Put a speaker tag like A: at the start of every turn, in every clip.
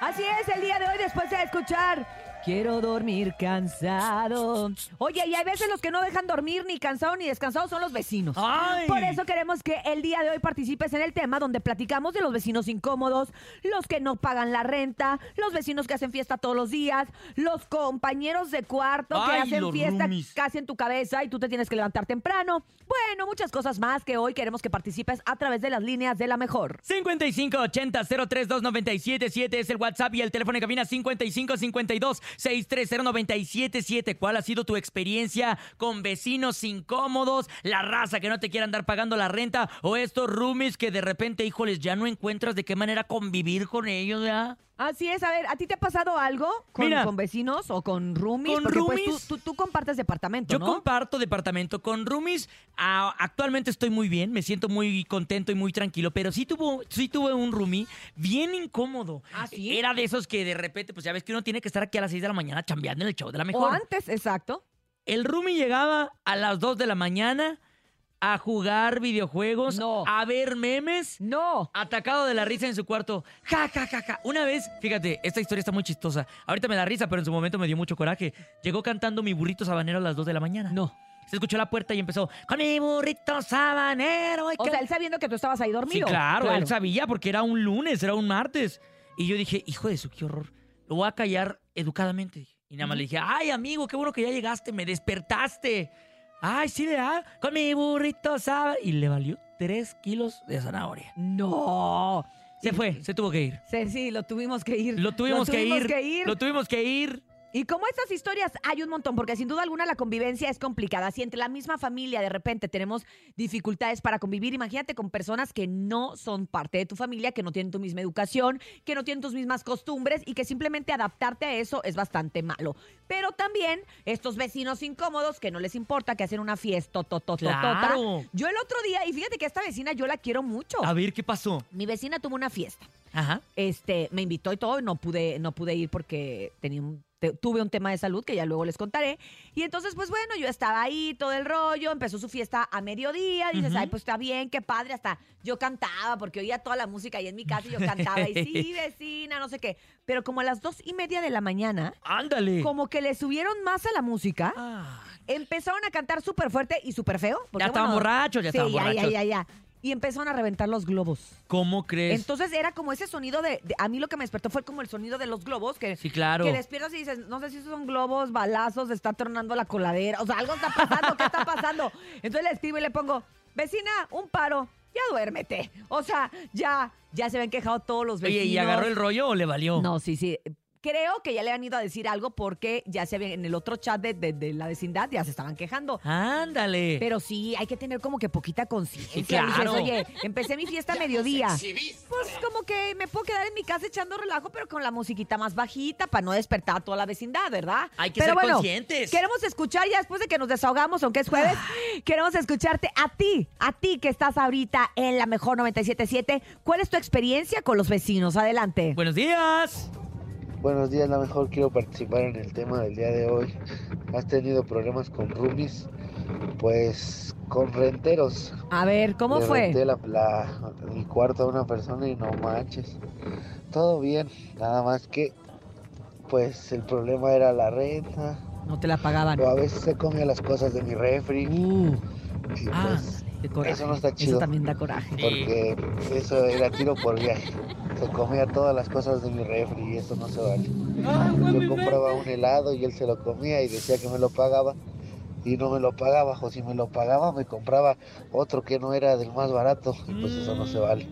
A: Así es, el día de hoy, después de escuchar Quiero dormir cansado. Oye, y hay veces los que no dejan dormir ni cansado ni descansado son los vecinos.
B: ¡Ay!
A: Por eso queremos que el día de hoy participes en el tema donde platicamos de los vecinos incómodos, los que no pagan la renta, los vecinos que hacen fiesta todos los días, los compañeros de cuarto que
B: ¡Ay,
A: hacen
B: los
A: fiesta
B: roomies!
A: casi en tu cabeza y tú te tienes que levantar temprano. Bueno, muchas cosas más que hoy queremos que participes a través de las líneas de la mejor.
B: 5580-032977 es el WhatsApp y el teléfono en cabina 5552-630977. ¿Cuál ha sido tu experiencia con vecinos incómodos, la raza que no te quiere andar pagando la renta o estos roomies que de repente, híjoles, ya no encuentras de qué manera convivir con ellos, ¿verdad?
A: Así es, a ver, ¿a ti te ha pasado algo con,
B: Mira.
A: con vecinos o con roomies?
B: Con
A: Porque, pues,
B: roomies.
A: tú, tú- tú compartes departamento,
B: Yo
A: ¿no?
B: comparto departamento con roomies. Ah, actualmente estoy muy bien, me siento muy contento y muy tranquilo, pero sí, tuvo, sí tuve un roomie bien incómodo.
A: ¿Ah, sí?
B: Era de esos que de repente, pues ya ves que uno tiene que estar aquí a las 6 de la mañana chambeando en el show de la
A: O
B: mejor.
A: antes, exacto.
B: El roomie llegaba a las 2 de la mañana a jugar videojuegos,
A: No.
B: a ver memes.
A: No.
B: Atacado de la risa en su cuarto. Ja, ja, ja, ja. Una vez, fíjate, esta historia está muy chistosa. Ahorita me da risa, pero en su momento me dio mucho coraje. Llegó cantando mi burrito sabanero a las 2 de la mañana.
A: No.
B: Se escuchó la puerta y empezó con mi burrito sabanero. y
A: O
B: que-".
A: sea, él sabiendo que tú estabas ahí
B: sí,
A: dormido.
B: claro, él sabía porque era un lunes, era un martes. Y yo dije, hijo de su, qué horror. Lo voy a callar educadamente. dije. Y nada más le dije, ay, amigo, qué bueno que ya llegaste, me despertaste. Ay, sí, ¿verdad? Con mi burrito sabanero. Y le valió 3 kilos de zanahoria.
A: No.
B: Se
A: Y-
B: fue, se tuvo que ir.
A: Sí, sí, lo tuvimos que ir.
B: Lo tuvimos,
A: Lo tuvimos que ir.
B: Lo tuvimos que ir.
A: Y como estas historias hay un montón, porque sin duda alguna la convivencia es complicada. Si entre la misma familia de repente tenemos dificultades para convivir, imagínate con personas que no son parte de tu familia, que no tienen tu misma educación, que no tienen tus mismas costumbres y que simplemente adaptarte a eso es bastante malo. Pero también estos vecinos incómodos que no les importa, que hacen una fiesta,
B: Claro.
A: Yo el otro día, y fíjate que esta vecina yo la quiero mucho.
B: A ver qué pasó.
A: Mi vecina tuvo una fiesta
B: Ajá.
A: este, me invitó y todo, y no pude, no pude ir porque tenía un- te- tuve un tema de salud que ya luego les contaré. Y entonces, pues bueno, yo estaba ahí, todo el rollo, empezó su fiesta a mediodía, dices,
B: Ujú.
A: ay, pues está bien, qué padre, hasta yo cantaba, porque oía toda la música ahí en mi casa y yo cantaba, y sí, vecina, no sé qué. Pero como a las dos y media de la mañana,
B: Ándale.
A: como que le subieron más a la música,
B: Ah,
A: empezaron a cantar súper fuerte y súper feo. porque,
B: ya estaban
A: bueno,
B: borrachos, ya
A: Sí,
B: estaban
A: ya,
B: borrachos.
A: ya, ya, ya. Y empezaron a reventar los globos.
B: ¿Cómo crees?
A: Entonces era como ese sonido de, de- A mí lo que me despertó fue como el sonido de los globos que,
B: sí, claro.
A: que despiertas y dices, no sé si esos son globos, balazos, está tornando la coladera. O sea, algo está pasando, ¿qué está pasando? Entonces le escribo y le pongo, vecina, un paro, ya duérmete. O sea, ya, ya se habían quejado todos los
B: Oye,
A: vecinos.
B: ¿y agarró el rollo o le valió?
A: No, sí, sí. Creo que ya le han ido a decir algo porque ya se habían, en el otro chat de, de- de la vecindad ya se estaban quejando.
B: Ándale.
A: Pero sí, hay que tener como que poquita conciencia.
B: Sí, claro.
A: Dices, oye, empecé mi fiesta a mediodía. Pues como que me puedo quedar en mi casa echando relajo, pero con la musiquita más bajita para no despertar a toda la vecindad, ¿verdad?
B: Hay que
A: pero
B: ser
A: bueno,
B: conscientes. Ah.
A: Queremos escuchar ya después de que nos desahogamos, aunque es jueves, queremos escucharte a ti, a ti que estás ahorita en la mejor 977. ¿Cuál es tu experiencia con los vecinos? Adelante.
B: Buenos días.
C: Buenos días, la mejor quiero participar en el tema del día de hoy. ¿Has tenido problemas con roomies? Pues con renteros.
A: A ver, ¿cómo
C: Le
A: fue?
C: renté la, la- el cuarto a una persona y no manches. Todo bien, nada más que pues el problema era la renta.
A: Ah, No te la pagaban.
C: O a veces se comía las cosas de mi refri.
A: Uh,
C: Y
B: ah,
C: pues
A: qué coraje.
C: no está chido.
A: Eso también da coraje.
C: porque eso era tiro por viaje. Se comía todas las cosas de mi refri y eso no se vale. Yo compraba un helado y él se lo comía y decía que me lo pagaba y no me lo pagaba, o si me lo pagaba me compraba otro que no era del más barato y pues eso no se vale.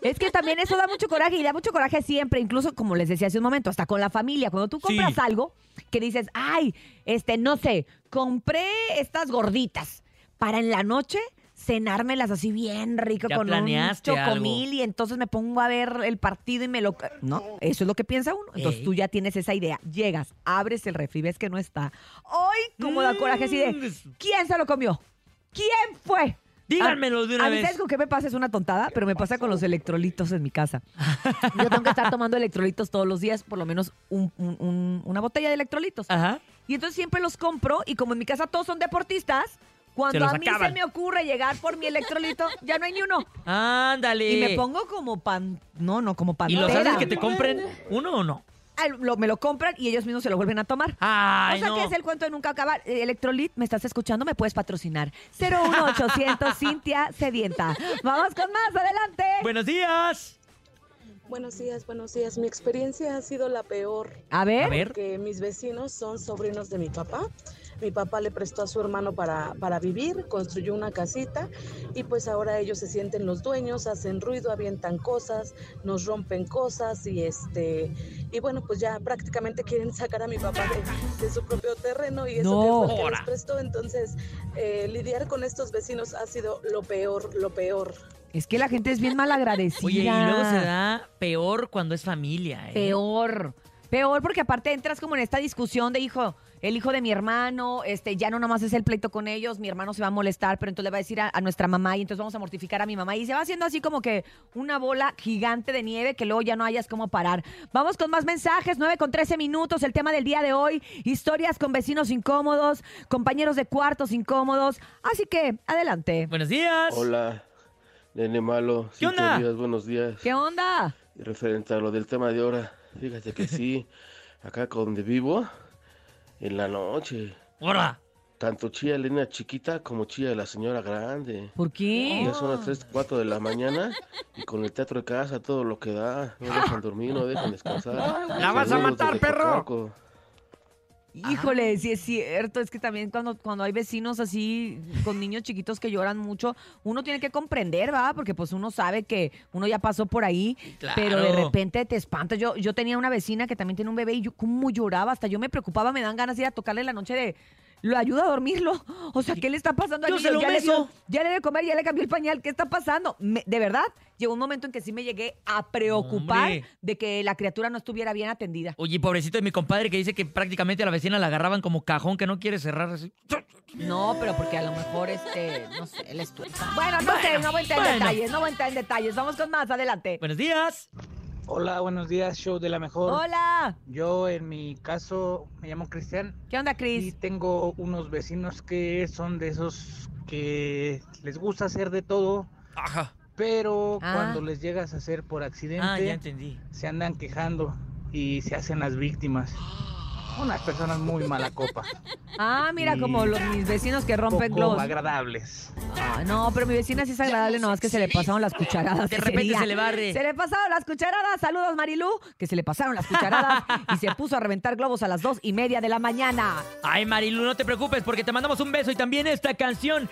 A: Es que también eso da mucho coraje y da mucho coraje siempre, incluso como les decía hace un momento, hasta con la familia. Cuando tú compras
B: Sí.
A: algo que dices, ay, este, no sé, compré estas gorditas para en la noche cenármelas así bien rico
B: Ya
A: con un
B: planeaste algo.
A: chocomil y entonces me pongo a ver el partido y me lo... No, eso es lo que piensa uno. Entonces
B: Ey.
A: tú ya tienes esa idea. Llegas, abres el refri, ves que no está. ¡Ay, cómo da coraje así de...
B: Mm,
A: ¿Quién se lo comió? ¿Quién fue?
B: Díganmelo de una
A: A mí,
B: vez.
A: ¿sabes con qué me pasa? Es una tontada, pero me pasa con los electrolitos en mi casa. Yo tengo que estar tomando electrolitos todos los días, por lo menos un- un- un- una botella de electrolitos.
B: Ajá.
A: Y entonces siempre los compro, y como en mi casa todos son deportistas, Cuando
B: los
A: a mí
B: acaban.
A: se me ocurre llegar por mi electrolito, ya no hay ni uno.
B: Ándale.
A: Y me pongo como pan... No, no, como
B: Eh. ¿Y
A: pantera.
B: los haces que te compren uno o no?
A: Ah, lo- me lo compran y ellos mismos se lo vuelven a tomar. o
B: Ay,
A: sea
B: no.
A: que es el cuento de nunca acabar. Eh, Electrolit, ¿me estás escuchando? ¿Me puedes patrocinar? 01800 Cintia Sedienta. Vamos con más, adelante.
B: Buenos días.
D: Buenos días, buenos días. Mi experiencia ha sido la peor,
A: a ver.
B: A ver.
D: que mis vecinos son sobrinos de mi papá. Mi papá le prestó a su hermano para, para vivir, construyó una casita y pues ahora ellos se sienten los dueños, hacen ruido, avientan cosas, nos rompen cosas y este y bueno, pues ya prácticamente quieren sacar a mi papá de, de su propio terreno y eso
A: No.
D: que fue el que les
B: Ahora.
D: prestó. Entonces, eh, lidiar con estos vecinos ha sido lo peor, lo peor.
A: Es que la gente es bien mal agradecida.
B: Oye, y luego se da peor cuando es familia. ¿eh?
A: Peor. Peor porque aparte entras como en esta discusión de hijo, el hijo de mi hermano, este, ya no nomás es el pleito con ellos, mi hermano se va a molestar, pero entonces le va a decir a, a nuestra mamá y entonces vamos a mortificar a mi mamá. Y se va haciendo así como que una bola gigante de nieve que luego ya no hayas cómo parar. Vamos con más mensajes, 9 con 13 minutos, el tema del día de hoy, historias con vecinos incómodos, compañeros de cuartos incómodos. Así que, adelante.
B: Buenos días.
E: Hola, nene malo.
B: ¿Qué onda?
E: Días, buenos días.
A: ¿Qué onda?
E: Y referente a lo del tema de ahora, fíjate que sí, acá donde vivo, en la noche,
B: Hola.
E: tanto chía la nena chiquita como chía la señora grande.
A: ¿Por qué?
E: Ya son
B: Oh.
E: las 3, 4 de la mañana y con el teatro de casa todo lo que da. No dejan dormir, no dejan descansar.
B: ¡La vas a
E: Saludos
B: matar,
E: desde
B: perro!
E: Coacalco.
A: Híjole, sí es cierto, es que también cuando, cuando hay vecinos así con niños chiquitos que lloran mucho, uno tiene que comprender, ¿va? Porque pues uno sabe que uno ya pasó por ahí,
B: Claro.
A: pero de repente te espantas. Yo, yo tenía una vecina que también tiene un bebé y yo cómo lloraba, hasta yo me preocupaba, me dan ganas de ir a tocarle la noche de lo ayuda a dormirlo. O sea, ¿qué le está pasando al
B: Yo
A: niño?
B: se lo
A: ya, le
B: beso.
A: dio- ya le dio de comer, ya le cambió el pañal, ¿qué está pasando? Me- de verdad, llegó un momento en que sí me llegué a preocupar
B: Hombre.
A: de que la criatura no estuviera bien atendida.
B: Oye, pobrecito de mi compadre que dice que prácticamente a la vecina la agarraban como cajón que no quiere cerrar. así.
A: No, pero porque a lo mejor este, no sé, él estuvo. Bueno, no sé, no voy a entrar en
B: bueno.
A: detalles, no voy a entrar en detalles. Vamos con más, adelante.
B: Buenos días.
F: Hola, buenos días, show de la mejor.
A: Hola,
F: Yo en mi caso me llamo Cristian
A: ¿qué onda,
F: y
A: Cris?
F: tengo unos vecinos que son de esos que les gusta hacer de todo,
B: Ajá.
F: pero
A: Ah.
F: cuando les llegas a hacer por accidente
B: Ah, ya entendí.
F: se andan quejando y se hacen las víctimas. Unas personas muy mala copa,
A: Ah, mira,
F: Y-
A: como los, mis vecinos que rompen
F: poco
A: globos.
F: agradables.
A: Ah, no, pero mi vecina sí es agradable, no, es que se le pasaron las cucharadas.
B: De
A: ese
B: repente
A: día.
B: se le barre.
A: Se le pasaron las cucharadas. Saludos, Marilú, que se le pasaron las cucharadas y se puso a reventar globos a las dos y media de la mañana.
B: Ay, Marilu, no te preocupes porque te mandamos un beso y también esta canción